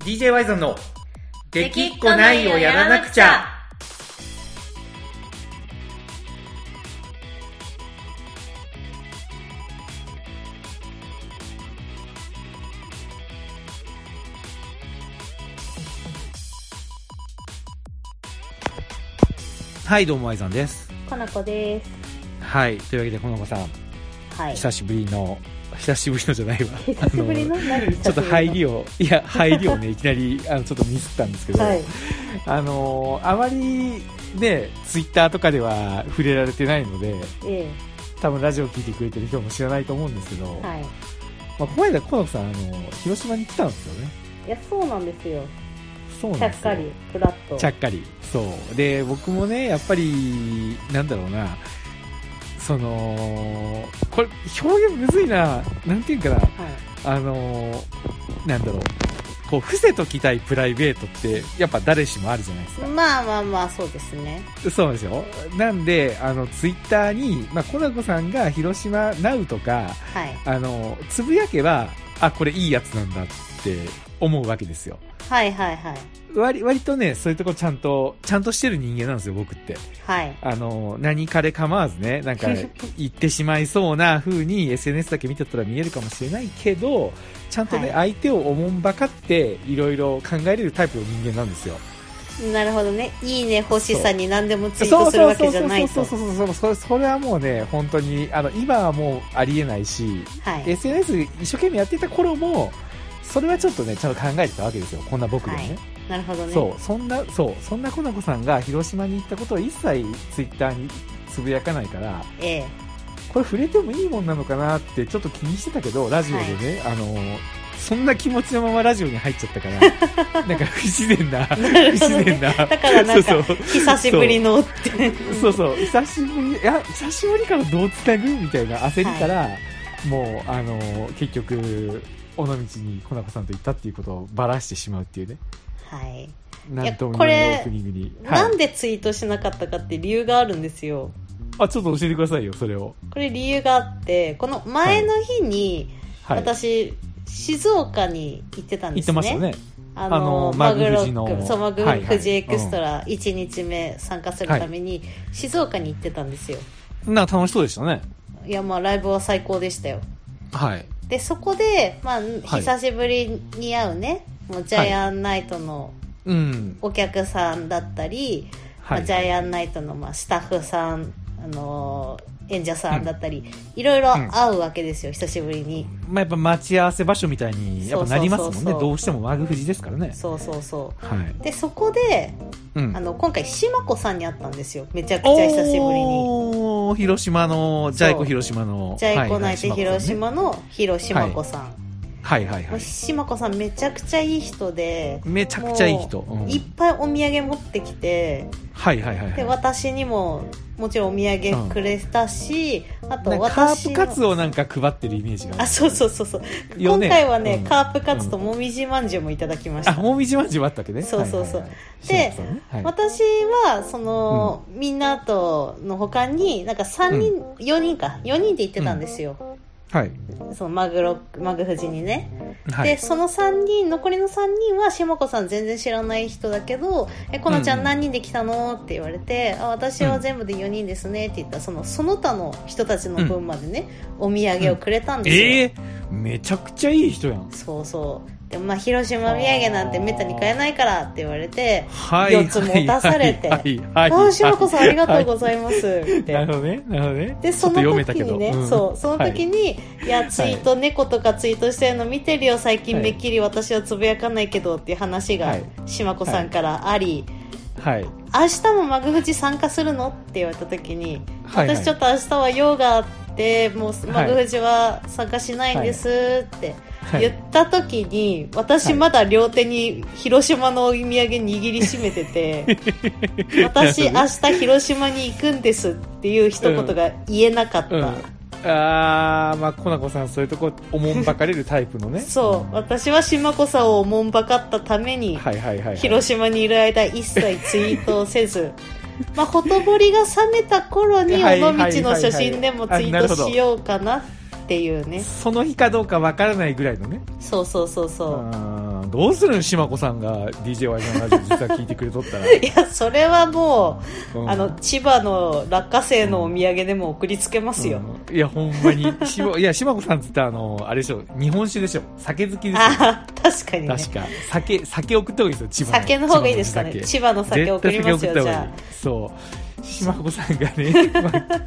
DJ ワイゾンの「できっこないをやらなくちゃ」はいどうもワイゾンですかなこですはいというわけでこの子さんはい久しぶりの久しぶりのじゃないわ 久しぶりの何ちょっと入りをを、いや、入りをね、いきなり、あの、ちょっとミスったんですけど、はいあのーあまり、ね、ツイッターとかでは触れられてないので、え多分ラジオ聞いてくれてる人も知らないと思うんですけど、えはいまあ、この間、コナコさん、あの、広島に来たんですよね。いやそうなんですよそうなんちゃでっすよ。かりフラッとちゃっかり。そう。で、僕もね、やっぱり、なんだろうな、その、これ、表現むずいな、なんていうかな、はいあのーなんだろう、こう、伏せときたいプライベートって、やっぱ誰しもあるじゃないですか。まあまあまあそうですねそうなんですよ。なんで、あの、ツイッターに、まあ、コナコさんが広島ナウとか、はいあの、つぶやけば、あ、これいいやつなんだって思うわけですよ。はいはいはい割、割とね、そういうとこちゃんと、ちゃんとしてる人間なんですよ、僕って。はいあの、何かで構わずね、なん か言ってしまいそうな風に SNS だけ見てたら見えるかもしれないけど、ちゃんとね、相手をおもんばかって、いろいろ考えれるタイプの人間なんですよ。なるほどねいいね欲しさに何でもツイーそトうするそうわそけうじゃそうないそとうそうそうそうそれそれはもうね、本当に、あの、今はもうありえないし、はい SNS 一生懸命やってた頃も、それはちょっとね、ちゃんと考えてたわけですよ。こんな僕でもね。はいなるほどねそう、そんな、そう、そんなコナコさんが広島に行ったことを一切ツイッターにつぶやかないから、ええこれ触れてもいいもんなのかなってちょっと気にしてたけどラジオでね、あのそんな気持ちのままラジオに入っちゃったから なんか不自然な不自然なだからなんかそうそう久しぶりのってそうそう久しぶりいや久しぶりからどうつなぐみたいな焦りから、もうあの結局尾道にコナコさんと行ったっていうことをばらしてしまうっていうねはいなんともこ言えれないオープニングに、はい、なんでツイートしなかったかって理由があるんですよあちょっと教えてくださいよそれを、これ理由があってこの前の日にはい、私、静岡に行ってたん言ってですまねしたよねああののマグマグフロジのそうマグはいはいフジエクストラ1日目参加するために静岡に行ってたんですよなんか楽しそうでしたねいやまあライブは最高でしたよはいでそこで、まあ、い久しぶりに会うね、もうジャイアンナイトのうんお客さんだったり、はい、まあ、ジャイアンナイトのまあスタッフさん、あのー演者さんだったり、いろいろ会うわけですよ、久しぶりにまあ、やっぱ待ち合わせ場所みたいにやっぱなりますもんねそうそうそうそうどうしてもマグフジですからねそうそうそはい、うでそこでうんあの今回島子さんに会ったんですよめちゃくちゃ久しぶりにおー広島のジャイコ広島のジャイコナイはトいはい広島の広島子さん、はいはいはもうい島子さんめちゃくちゃいい人でめちゃくちゃいい人、もううんいっぱいお土産持ってきてはいはいはいはいで私にももちろんお土産くれたし、あとなんかカ私ープのカツをなんか配ってるイメージがあそうそうそうそう、よ今ね回はね、うんカープカツともみじまんじゅうもいただきましあた、もみじまんじゅうあったわけねそうそうそうはいはいはいで島本さんねはい私はその、みんなとの他になんか3人、4人か4人で行ってたんですよ、はいそのマグロマグフジにね、はいでその3人残りの3人はしもこさん全然知らない人だけど「えこのちゃうんん何人で来たの?」って言われて「あ私は全部で4人ですね」って言ったらそのその他の人たちの分までね、お土産をくれたんですよ、ええめちゃくちゃいい人やんそうそうでもまあ広島土産なんてめったに買えないからって言われてはい四つ持たされてはいはい「はいああしもこさんありがとうざいございます」っ て。なるほどねなるほどねでちょそっと読のめた時けにどね、うんそうそのはい時に、い、やツイート猫とかツイートしてるの見てるよ最近はいめっきり私はつぶやかないけどっていう話はがいしまこさんからあり、はい明日もマグフジ参加するのって言われた時に、はいはい私ちょっと明日は用があってもうマグフジは参加しないんですってはい言った時に、私まだ両手に広島のお土産握りしめ てて私明日広島に行くんですっていう一言が言えなかった、うん、ああまあコナコさんそういうとこおもんばかれるタイプのね そう私は島子さんをおもんばかったために、はいはいはい、はい、広島にいる間一切ツイートをせ ずまあほとぼりが冷めた頃にはい尾はいはいはい道の写真でもツイートしようかなっっていうねその日かどうかわからないぐらいのねそうそうそうそううんどうするん島子さんが DJY のラジオ実は聞いてくれとったら、いやそれはもううん あの千葉の落花生のお土産でも送りつけますよ、うんいやほんまにしぼいや島子さんって言ったらあのあれでしょ日本酒でしょ酒好きですよああ確かにね確か酒酒送った方がいいですよ千葉酒の方がいいですかね千千葉の葉の酒送りますよ絶対酒送じった方がゃいいそう島子さんが ね、まあ、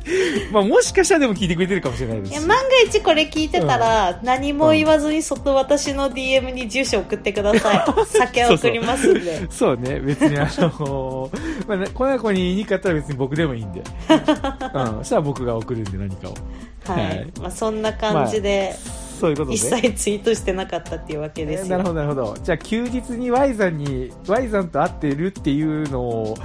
まあもしかしたらでも聞いてくれてるかもしれないであいすやし万が一これ聞いてたら、何も言わずにそっと私の DM に住所送ってくだ さい酒送りますんでそうね、別にあのーまあね、この子に言いにくかったら別に僕でもいい んで。うん、そしたら僕が送るんで何かを。はい、はいまあ、そんな感じで、そういうこと一で。切ツイートしてなかったっていうわけですえーなよ、るほど、なるほど。じゃあ休日に Y さんに、Y さんと会ってるっていうのを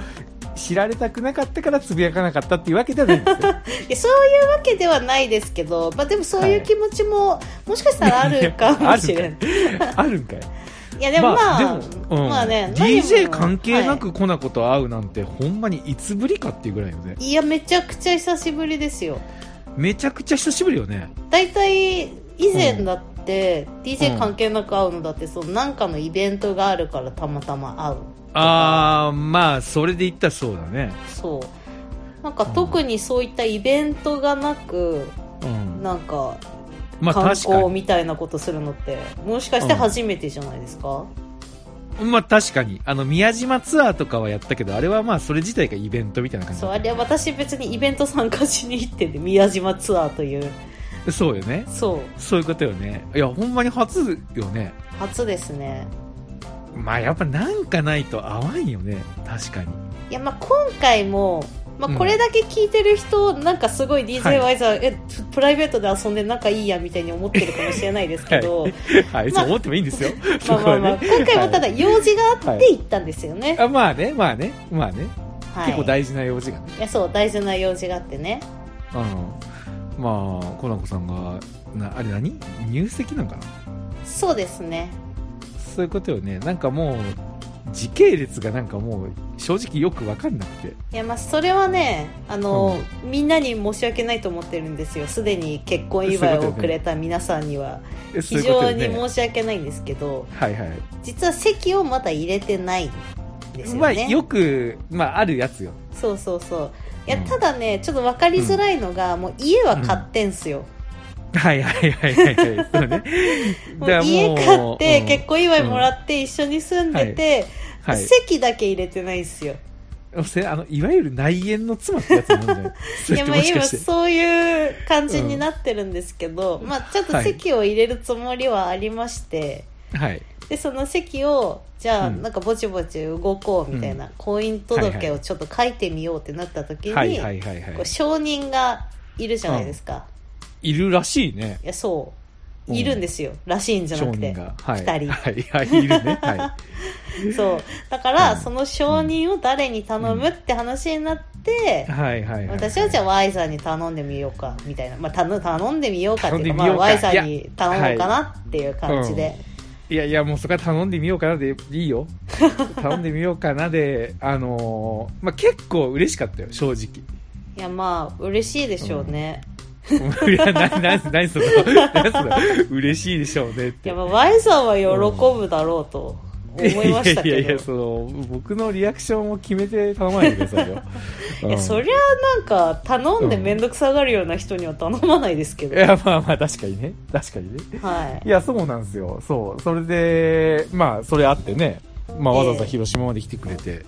知られたくなかったからつぶやかなかったっていうわけではないんです よ。いやそういうわけではないですけど、まあ、でもそういう気持ちも、もしかしたらあるかもしれない。あるんかい。いやでもまあ、でまあもうんね、何 DJ も関係なはくコナコと会うなんて、ほんまにいつぶりかっていうぐらいよね。い、いや、めちゃくちゃ久しぶりですよ。めちゃくちゃ久しぶりよね。だいたい以前だって、うん DJ 関係なく会うのだって、そのなんかのイベントがあるからたまたま会う。あー、まあ、それで言ったらそうだね。そう。なんか特にそういったイベントがなく、うん。なんかまあ観確か光に。みたいなことするのって、もしかして初めてじゃないですか、まあ確かに。あの、宮島ツアーとかはやったけど、あれはまあそれ自体がイベントみたいな感じそうだあれは私別にイベント参加しに行ってて宮島ツアーというそうよね。そうそういうことよね。いや、ほんまに初よね。初ですねまあやっぱなんかないと合わんよね。確 かに。いやまあ今回も、まうあ、んこれだけ聞いてる人、なんかすごい d は j い y さん、えプライベートで遊んで仲いいやみたいに思ってるかもしれないですけど、はい、まあそう思ってもいいんですよ。そ まこあまあはまあね。今回もただ用事があって行ったんですよね、あまあね、まあね、まあね。はい結構大事な用事がね。いやそう大事な用事があってねうん。まあ、コナコさんが、なあれ何入籍なんかなそうですねそういうことよね。なんかもう、時系列がなんかもう、正直よくわかんなくて。いやまあそれはねあの、みんなに申し訳ないと思ってるんですよすでに結婚祝いをくれた皆さんにはえそう非いうこと常よにね申し訳ないんですけどはいはい。実は席をまだ入れてないんですまよあ、ね、よく、まあ、あるやつよ。そうそうそういやうんただねちょっと分かりづらいのが、もう家は買ってんすよ、はいはいはいはいはい。そうね。もう家買って結婚祝いもらって一緒に住んでて、構、はい席だけ入れてないんすよせあの。いわゆる内縁の妻ってやつなんじゃないそれいやってまあもし今かして。そういう感じになってるんですけど、まあちょっとはい席を入れるつもりはありまして、はい。でその席をじゃあうんなんかぼちぼち動こうみたいな、婚姻届をちょっと書いてみようってなった時に、はいはいはいはこう証人がいるじゃないですか、い。いるらしいね。いやそううんいるんですよ、らしいんじゃな商く人てが。はい。二人はいはい。いるね。はそうだから、うんその証人を誰に頼むって話になってい。、はいはいはい。私はじゃあ Y さんに頼んでみようかみたいな、まあ、頼頼んでみようかってい頼うかんでみようかまあ、Y さいやんに頼もうかなっていう感じで、はいいやいや、もうそこは頼んでみようかなで、いいよ。頼んでみようかなで、あのーまあ、結構嬉しかったよ、正直。 いやまあ嬉しいでしょうね、いや、な、な、何その、何その、嬉しいでしょうねっいてや。まあ Y さんは喜ぶだろうと思いましたけど、いやいやいや、その、僕のリアクションを決めて頼まないでくださいよ。 いやそれりゃなんか頼んで面倒くさがるような人には頼まないですけど、いや、まあまあ、確かにね。確かにね。はいいや、そうなんですよ。そう。それで、まあ、それあってね。まあ、わざわざええ広島まで来てくれて。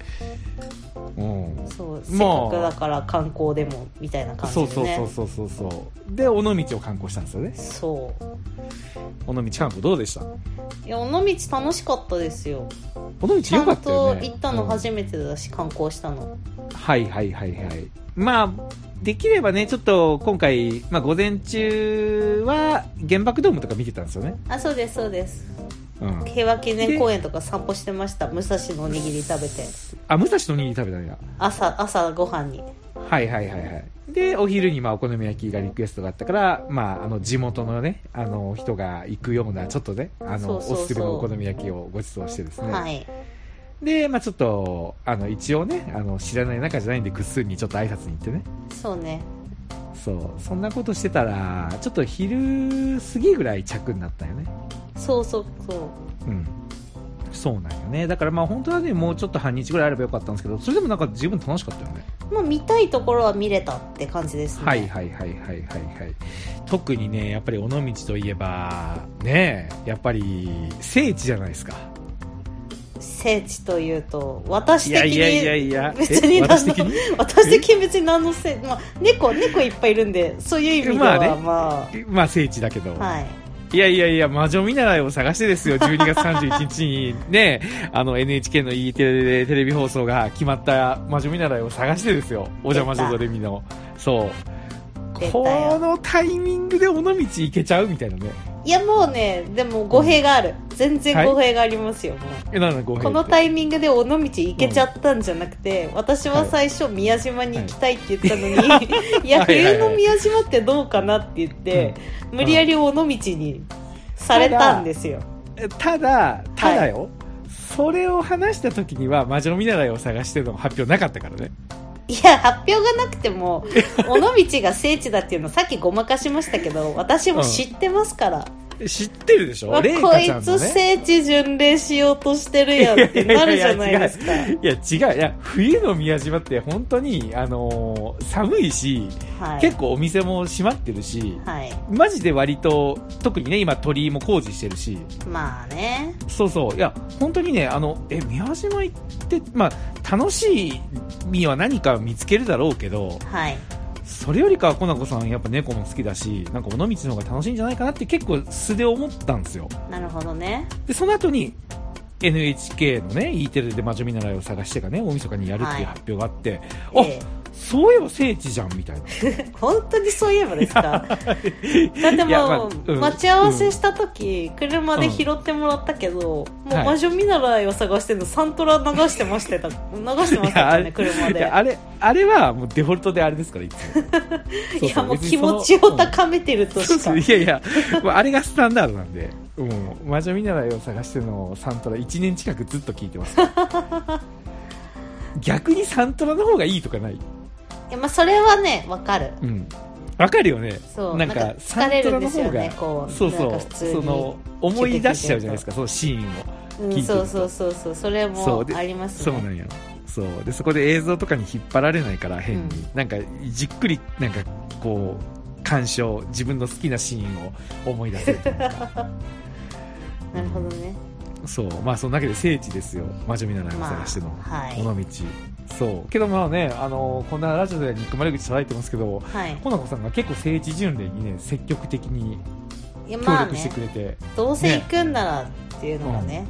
うん。そうせっかくだから観光でもみたいな感じでそうねそうそうそうそうそう。で、尾道を観光したんですよね。そう尾道観光どうでした尾いや尾道楽しかったですよ道ちゃよかんったよとね。行ったのうん初めてだし、観光したのはいはいはいはい。まあ、できればね、ちょっと今回、まあ午前中は原爆ドームとか見てたんですよね。あそうですそうですうん。平和記念公園とか散歩してました武蔵のおにぎり食べてあ、武蔵のおにぎり食べたんや。朝朝ご飯にはいはいはいはい。で、お昼にまあお好み焼きがリクエストがあったから、まああの地元のね、あの人が行くような、ちょっとね、あの、そうそうそうおすすめのお好み焼きをご馳走してですね。はいで、まあちょっと、あの一応ね、あの知らない中じゃないんで、ぐっすんにちょっと挨拶に行ってね。そうねそうそんなことしてたらちょっと昼過ぎぐらい着になったよねそうそうそううんそうなんよねだからまあ本当はねもうちょっと半日ぐらいあればよかったんですけどそれでもなんか十分楽しかったよねまあ見たいところは見れたって感じですねはいはいはいはいはいはい特にねやっぱり尾道といえばねえやっぱり聖地じゃないですか聖地というと私い的やにいやいやいやえ別に何の私的に私的に別に何のせい、まあ、猫猫いっぱいいるんでそういう意味でまあはねま まあ聖地だけど、あ、はいいやいやいや、魔女見習いを探してですよ、12月31日にね、あの NHK の E テレでテレビ放送が決まった魔女見習いを探してですよ、お邪魔女ドレミの。そう。出たよこのタイミングで尾道行けちゃうみたいなね。いやもうねでも語弊がある全然語弊がありますよ、もうえ、なんだ、ごこのタイミングで尾道行けちゃったんじゃなくて、私は最初宮島に行きたいって言ったのに、 い、やはいはい冬の宮島ってどうかなって言って、無理やり尾道にされたんですよただ、ただよ、それを話した時には魔女見習いを探しての発表なかったからね。いや発表がなくても尾道が聖地だっていうのさっきごまかしましたけど私も知ってますから、知ってるでしょわレイこカいちゃんのつね。聖地巡礼しようとしてるやんってなるじゃないですかいや、違う。いや、冬の宮島って本当に、あのー寒いし、はい結構お店も閉まってるし、はいマジで割と、特にね、今鳥居も工事してるし、まあねそうそう、いや、本当にね、あの、え、宮島行って、まあ、楽しみは何か見つけるだろうけど、はいそれよりかは、コナコさんやっぱ猫も好きだし、なんか尾道の方が楽しいんじゃないかなって結構素で思ったんですよ。なるほどねで、その後に、NHK のね、E テレで魔女見習いを探してがね、大晦日にやるっていう発表があって、あ、ええそういえば聖地じゃん、みたいな。本当にそういえばですかだっていやまあもう、うん待ち合わせした時、車で拾ってもらったけど、もう魔女見習いを探してるのサントラ流してまし てた流してましたからね車いでいややあれあれはもうデフォルトであれですからいつ もそそもう別気にその持ちをうん高めてるそとうしか、そういやいやもうあれがスタンダードなんでもう魔女見習いを探してのサントラ1年近くずっと聞いてます逆にサントラの方がいいとかないいやまあ、それはねわかるうんわかるよねそうななんんかかサ疲ンれトるラんでのす方よがねこうそうなそんかう普通にその思い出しちゃうじゃないですかそのシーンを聞いうてるん、とそうそうそうそうそれそもうでありますそうなねんやそうでそこで映像とかに引っ張られないから変に、うなんかじっくりなんかこう鑑賞自分の好きなシーンを思い出せる なるほどねそうまあそのだけで聖地ですよ魔女見習いを探してのは尾道、いそうけどまあねあのこんなラジオで憎まれ口叩いてますけどはいほなこさんが結構聖地巡礼にね積極的にいや協まあ力してねくれて、どうせ行くんならっていうのがね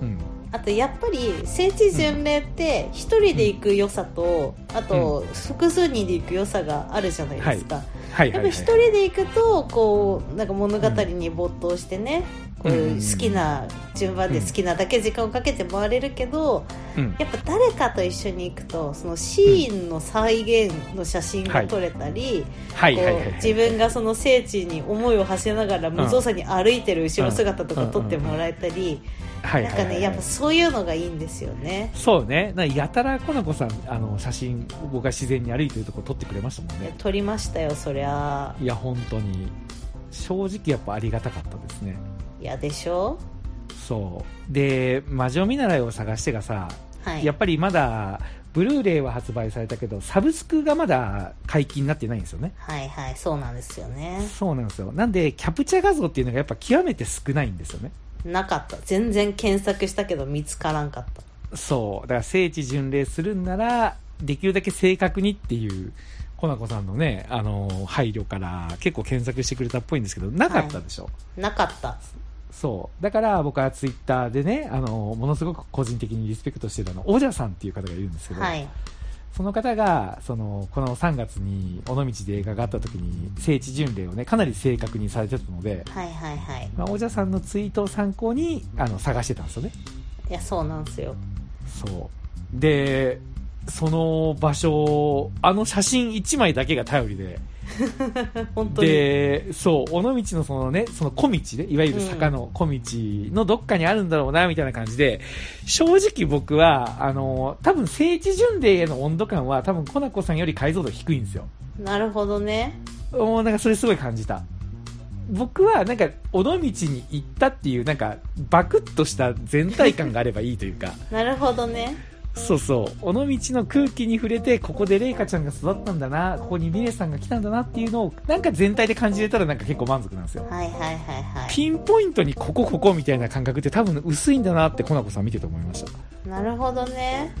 うんあとやっぱり聖地巡礼って一人で行く良さと、あと複数人で行く良さがあるじゃないですか、はいやはっい、ぱはい、一人で行くとこうなんか物語に没頭してね、こういう好きな順番で好きなだけ時間をかけて回れるけど、うんやっぱ誰かと一緒に行くとそのシーンの再現の写真が撮れたり、はいこはいはいはうい自分がその聖地に思いを馳せながら無造作に歩いてる後ろ姿とか撮ってもらえたり、はいなはんいはかいねやっぱそういうのがいいんですよねそうね、なんかやたらコナコさん、あの写真、僕が自然に歩いてるとこ撮ってくれましたもんいやね。撮りましたよそりゃいや、本当に、正直やっぱありがたかったですね。いやでしょそう。で、魔女見習いを探してがさ、はいやっぱりまだ、ブルーレイは発売されたけど、サブスクがまだ解禁になってないんですよね。はいはいそうなんですよねそうなんですよ。なんで、キャプチャ画像っていうのがやっぱ極めて少ないんですよね。なかった全然検索したけど見つからんかったそう。だから聖地巡礼するんなら、できるだけ正確にっていう、コナコさんのね、あのー配慮から結構検索してくれたっぽいんですけど、なかったでしょ。なかったそう。だから僕はツイッターでね、あのーものすごく個人的にリスペクトしてたの、オジャさんっていう方がいるんですけど、はいその方が、その、この3月に尾道で映画があった時に、聖地巡礼をね、かなり正確にされてたので、はいはいはいまあ、オジャさんのツイートを参考に、あの、探してたんですよね。いやそうなんですよそうでその場所あの写真1枚だけが頼りで本当にでそう尾道のそのねその小道ねいわゆる坂の小道のどっかにあるんだろうなみたいな感じで正直僕はあの多分聖地巡礼への温度感は多分コナコさんより解像度低いんですよなるほどね。もうなんかそれすごい感じた。僕はなんか尾道に行ったっていうなんかバクッとした全体感があればいいというかなるほどね。そうそう尾道の空気に触れてここで麗華ちゃんが育ったんだなここにミレさんが来たんだなっていうのをなんか全体で感じれたらなんか結構満足なんですよはいはいはいはい。ピンポイントにここここみたいな感覚って多分薄いんだなってコナコさん見てて思いましたなるほどね。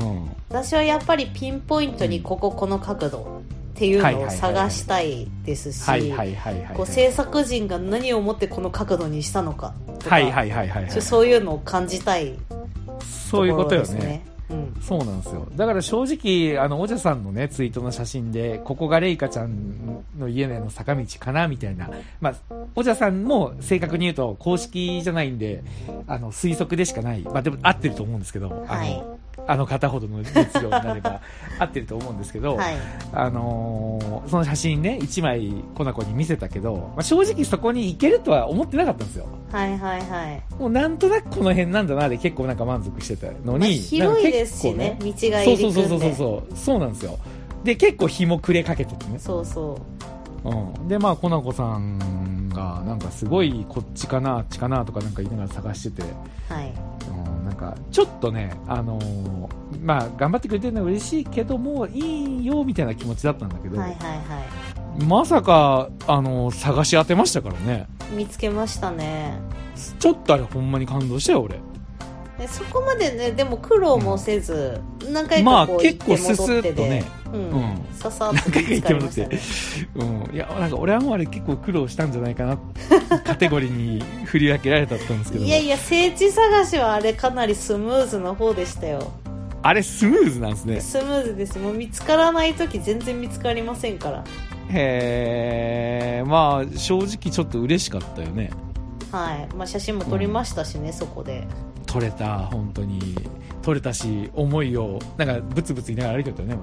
うん私はやっぱりピンポイントにこここの角度っていうはいはいはいのをはい探したいですし、はいはいはいはいこう制作陣が何をもってこの角度にしたのかとか、はいはいはいはいはいちょそういうのを感じたいそとこういうころとよですねね。うんそうなんですよだから正直あのおじゃさんのねツイートの写真でここがレイカちゃんの家の坂道かなみたいなまあおじゃさんも正確に言うと公式じゃないんであの推測でしかないまあでも合ってると思うんですけど、はいあのあの方ほどの熱量になれ ば合ってると思うんですけど、はいあのーその写真ね1枚コナコに見せたけど、まあ、正直そこに行けるとは思ってなかったんですよはいはいはい、もうなんとなくこの辺なんだなで結構なんか満足してたのに、まあ、広いですしなんねか結構道がそう入そりうそう組そんうそうそでうそうなんですよで結構日も暮れかけててね、そうそうん、でまあコナコさんがなんかすごいこっちかなあっちかなとかなんか言いながら探してて、うはいうん、なんかちょっとねあのーまあ頑張ってくれてるのは嬉しいけどもういいよみたいな気持ちだったんだけど、はいはいはまさかあのー探し当てましたからねい見つけましたねちょっとあれほんまに感動したよ俺でそこまでねでも苦労もせず、何回まかあこう行っ結構てスス戻ッってとでね、うんうんささ何っと回か 見行っつかてりもらまっしたて、ねうん、いやなんか俺はもうあれ結構苦労したんじゃないかなカテゴリーに振り分けられたったんですけどいやいや聖地探しはあれかなりスムーズな方でしたよあれスムーズなんですね スムーズですもう見つからない時全然見つかりませんからへえまあ正直ちょっと嬉しかったよねはい、まあ、写真も撮りましたしね、そこで撮れた本当に撮れたし思いをなんかブツブツ言いながら歩いてたよね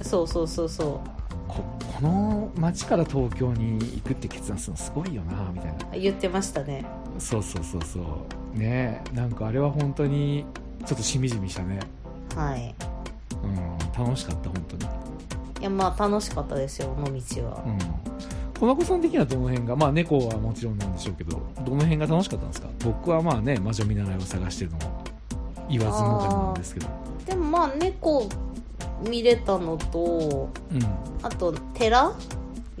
俺そうそうそうそここの街から東京に行くって決断するのすごいよなみたいなう言ってましたねそうそうそうそうねえなんかあれは本当にちょっとしみじみしたねはいうん楽しかった本当にいやまあ楽しかったですよ尾道はうん小名子さん的にはどの辺が、まあ、猫はもちろんなんでしょうけどどの辺が楽しかったんですか僕はまあね魔女見習いを探してるのも言わずもがななんですけど、でもまあ猫見れたのとうん、あと寺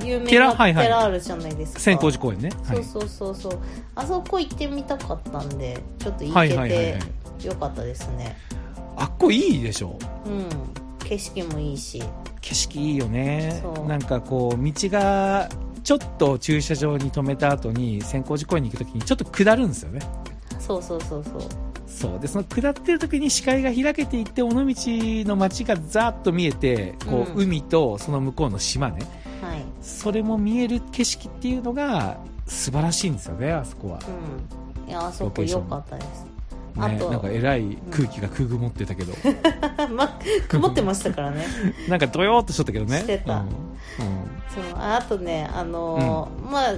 有名寺なはいはい寺あるじゃないですか千光寺公園ねはいそうそうそうそうあそこ行ってみたかったんでちょっと行はけいはいはいはていよかったですね、あっこいいでしょうん景色もいいし景色いいよねそうなんかこう道がちょっと駐車場に止めた後に千光寺公園に行く時にちょっと下るんですよねそうそうそうそうそうでその下ってる時に視界が開けていって尾道の街がざっと見えてこう、うん海とその向こうの島ねはいそれも見える景色っていうのが素晴らしいんですよねあそこは、うんいやあそこ良かったです あね、となんかえらい空気がくぐもってたけどま曇ってましたからね なんかどよーっとしとったけどねしてたうんうんそのああとねあのー、まあ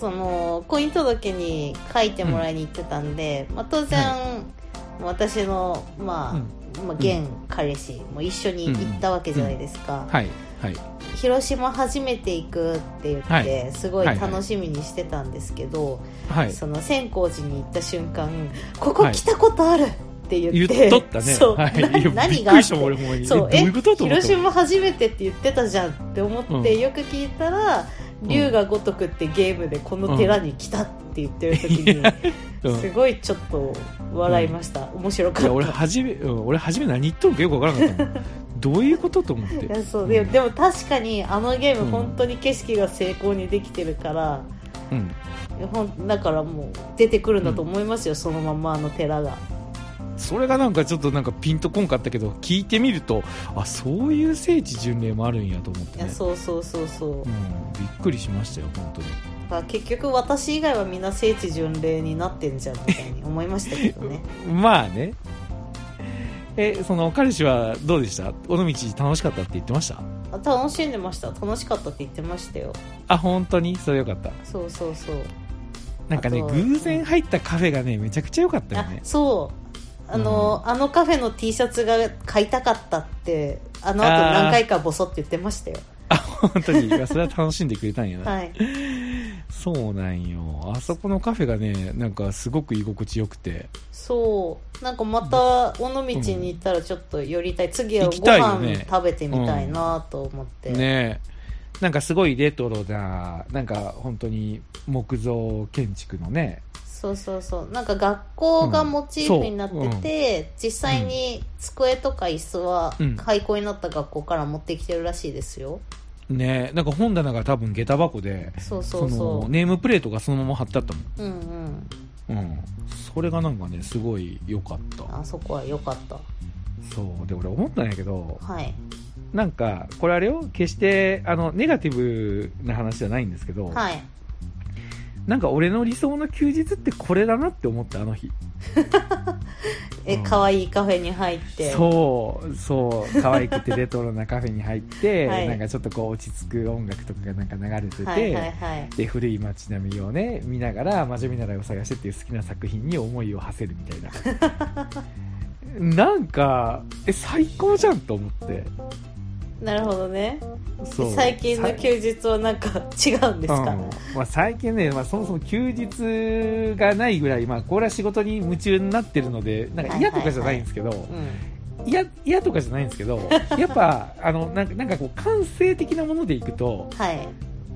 その婚姻届に書いてもらいに行ってたんで、まあ、当然、私のまあ、まあ、現彼氏も一緒に行ったわけじゃないですか、はいはい広島初めて行くって言って、はいすごい楽しみにしてたんですけど、はいその千光寺に行った瞬間「ここ来たことある!」って言っ言て、っとったねそう、はいないやび何っがくありっしてたもん俺もえそうどういうことと思っ広た島初めてって言ってたじゃんって思って、うんよく聞いたら「ん龍が如く」ってゲームでこの寺に来たって言ってる時に、うんすごいちょっと笑いました、面白かいったや俺初め、うん、俺初め何言っとるかよくわからなか ったもんどういうことと思っていやそうでもでも確かにあのゲーム本当に景色が成功にできてるから、うんほんだからもう出てくるんだと思いますよ、そのままあの寺がそれがなんかちょっとなんかピンとこんかったけど聞いてみるとあそういう聖地巡礼もあるんやと思っいてやねそうそうそうそう、うん、びっくりしましたよ本当にだから結局私以外はみんな聖地巡礼になってんじゃんみたいに思いましたけどねまあねえその彼氏はどうでした尾道楽しかったって言ってましたあ楽しんでました楽しかったって言ってましたよあ本当にそれよかったそうそうそうなんかねあと偶然入ったカフェがねめちゃくちゃ良かったよあねそうあの,、あのカフェの T シャツが買いたかったってあの後何回かボソって言ってましたよ本当にいやそれは楽しんでくれたんやな、 はい。そうなんよあそこのカフェがねなんかすごく居心地よくてそう。なんかまた、尾道に行ったらちょっと寄りたい。次は行きごたいよ飯ね食べてみたいなと思って。ねえなんかすごいレトロななんか本当に木造建築のねそうそうそう。なんか学校がモチーフになってて、実際に机とか椅子はうん廃校になった学校から持ってきてるらしいですよ。ねえなんか本棚が多分下駄箱でそうそうのそネームプレートがそのまま貼ってあったもんう。うんうん。うん、それがなんかねすごい良かったあそこは良かった。そうで俺思ったんやけどはい。なんかこれあれよ決してあのネガティブな話じゃないんですけど、はい。なんか俺の理想の休日ってこれだなって思ったあの日え、うん可愛いカフェに入って。そうそう可愛くてレトロなカフェに入って、 はいなんかちょっとこう落ち着く音楽とかがなんか流れてて、はいはいはい。で古い街並みをね見ながら魔女見習いを探してっていう好きな作品に思いを馳せるみたいな なんかえ最高じゃんと思ってなるほどね。そう最近の休日はなんか違うんですか、うんまあ、最近ね、まあ、そもそも休日がないぐらい、まあ、これは仕事に夢中になってるのでなんか嫌とかじゃないんですけど、うん、嫌嫌とかじゃないんですけど やっぱあのなんかなんかこう感性的なものでいくとはい。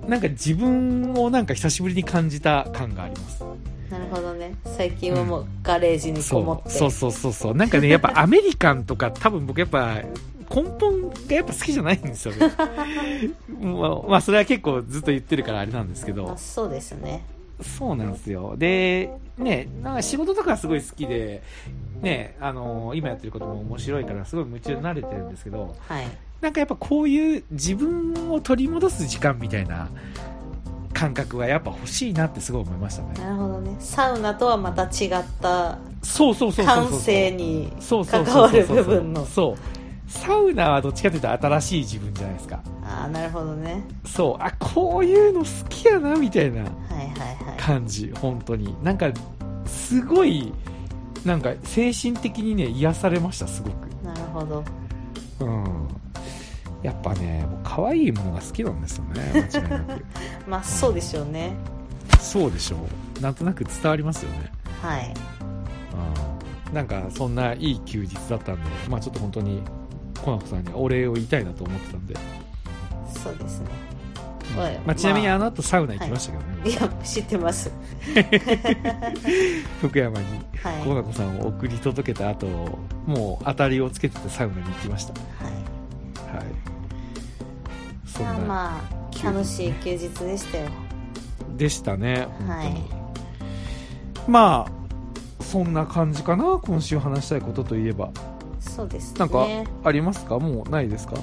なんか自分をなんか久しぶりに感じた感がありますなるほどね。最近はもうガレージにこもそっうて。そうそうそうそうなんかねやっぱアメリカンとか多分僕やっぱ根本がやっぱ好きじゃないんですよ ねまあ、まあ、それは結構ずっと言ってるからあれなんですけどあそうですね。そうなんですよ。で、ね、なんか仕事とかはすごい好きで、ね、あの今やってることも面白いから、すごい夢中になれてるんですけど、はい。なんかやっぱこういう自分を取り戻す時間みたいな感覚がやっぱ欲しいなってすごい思いましたね。なるほどね。サウナとはまた違ったそうそうそうそうそう感性にそうそ関うそうわそうるそう部分の。そう。サウナはどっちかというと新しい自分じゃないですか。ああ、なるほどね。そう。あ、こういうの好きやな、みたいな。はいはい感じ本当になんかすごいなんか精神的にね癒されましたすごくはい。なるほど。うんやっぱねもう可愛いものが好きなんですよね間違い なまあそうでしょうね。くそうでしょうなんとなく伝わりますよねはい。うんなんかそんないい休日だったんでまあちょっと本当にコナコさんにお礼を言いたいなと思ってたんで、そうですね。うんはいまあ、ちなみにまああの後サウナ行きましたけどね、いや、知ってます。福山にはい。コナコさんを送り届けた後もう当たりをつけててサウナに行きましたはい。はい。そんまあな、まあ、楽しい休日でしたよ。でしたね、は本い当に。まあ、そんな感じかな、今週話したいことといえば。そうですね。なんか、ありますかもうないですか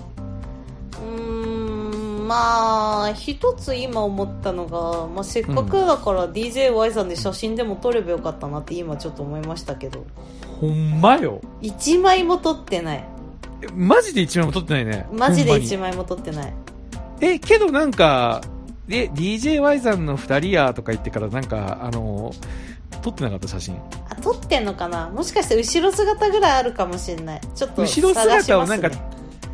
うーんまあ一つ今思ったのが、まあ、せっかくだから DJY さんで写真でも撮ればよかったなって今ちょっと思いましたけどほんまよ。 1枚も撮ってないえマジで1枚も撮ってないね。マジでほんまに1枚も撮ってないえ、けどなんか、え、DJY さんの2人やとか言ってからなんか、あの、撮ってなかった写真。あ撮ってんのかなもしかして後ろ姿ぐらいあるかもしれないちょっと後ろ探し姿まをすなんかね、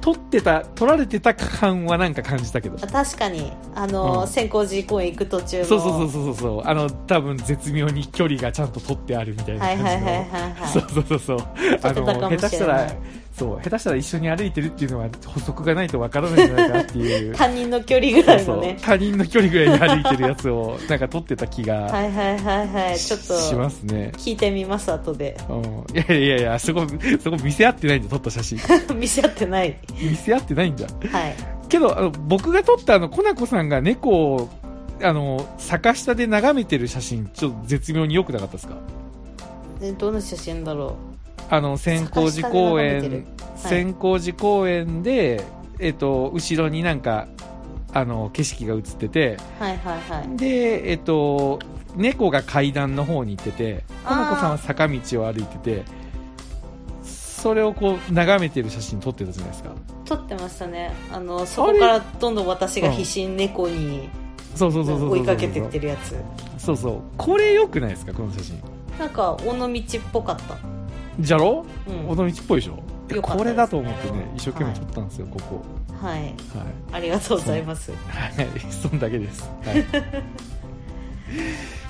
撮ってた、撮られてた感はなんか感じたけど。あ確かにあの、うん千光寺公園行く途中のそうそうそうそうそうあの多分絶妙に距離がちゃんと取ってあるみたいな感はいじはの、いはいはいはいそうそうそうそうあってたかのも下しれない手したらそう下手したら一緒に歩いてるっていうのは補足がないとわからないんじゃないかなっていう他人の距離ぐそらういそのうね他人の距離ぐらいに歩いてるやつをなんか取ってた気はがいはいはいはいし,、ちょっとますね聞いてみます後で うん、いやいやいやそこそこ見せ合ってないんだ撮った写真 見せ合ってない見せ合ってないんだはいけどあの僕が撮ったあのコナコさんが猫をあの坂下で眺めてる写真ちょっと絶妙に良くなかったですかえどの写真だろあの千光寺公坂下で眺め園、て千光寺公園で、えっと、後ろになんかあの景色が映っててうはいはいはいで、えっと、猫が階段の方に行っててあーこの子さんは坂道を歩いててそれをこう眺めてる写真撮ってたじゃないですか撮ってましたねあのそこからどんどん私が必死に猫にそうそうそうそうそう追いかけてってるやつそうそうこれ良くないですかこの写真なんか尾道っぽかったじゃろうん尾道っぽいでしょってこれだと思ってね一生懸命撮ったんですよ、ここはいはいありがとうございますはい、そんだけです。 はい、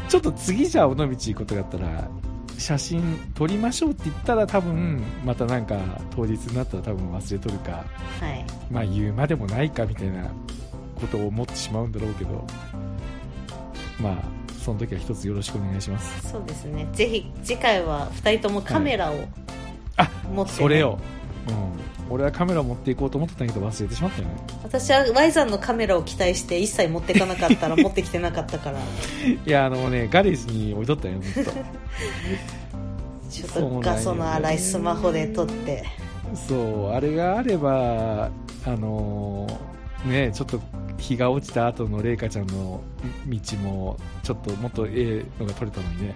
ちょっと次じゃあ尾道行くことがあったら、写真撮りましょうって言ったら多分、またなんか当日になったら多分忘れとるか、はいまあ言うまでもないかみたいなことを思ってしまうんだろうけど、まあ、その時は一つよろしくお願いします。そうですねぜひ次回は2人ともカメラをあ持ってね、それを。うん、俺はカメラ持っていこうと思ってたんやけど忘れてしまったよね私は Y さんのカメラを期待して一切持ってかな かったら持ってきてなかったからいやあのねガレージに置いとったよずっ とちょっそうなんよとね画素の荒いスマホで撮ってそうあれがあればあのーねちょっと日が落ちた後の麗華ちゃんの道もちょっともっとええのが撮れたのにね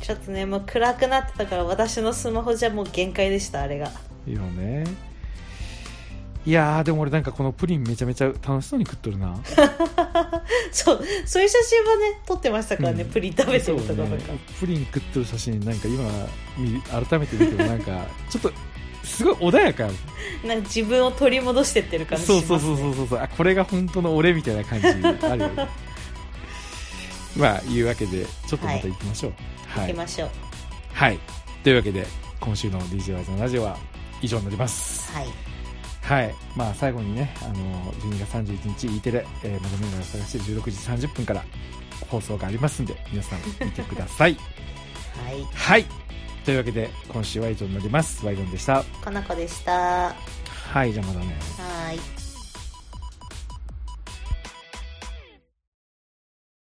ちょっとねもう暗くなってたから私のスマホじゃもう限界でしたあれが いいよねいやーでも俺なんかこのプリンめちゃめちゃ楽しそうに食っとるなそうそういう写真はね撮ってましたからね、うんプリン食べてるとそこうろとか、ねプリン食っとる写真なんか今見改めて見てもなんかちょっとすごい穏やかなんか自分を取り戻してってる感じしそまうす、ね、そうそうそうそうそうあこれが本当の俺みたいな感じあるよ ねまあいうわけでちょっとまた行きましょうは行きい、ましょうはい、というわけで今週の DJYZ のラジオは以上になりますはいはいまあ最後にねあの12月31日 E テレ「えー、まだメガを探して」16時30分から放送がありますんで皆さん見てくださ いはいはいというわけで今週は以上になりますワイドンでしたかなこでしたははいじゃあまだねーい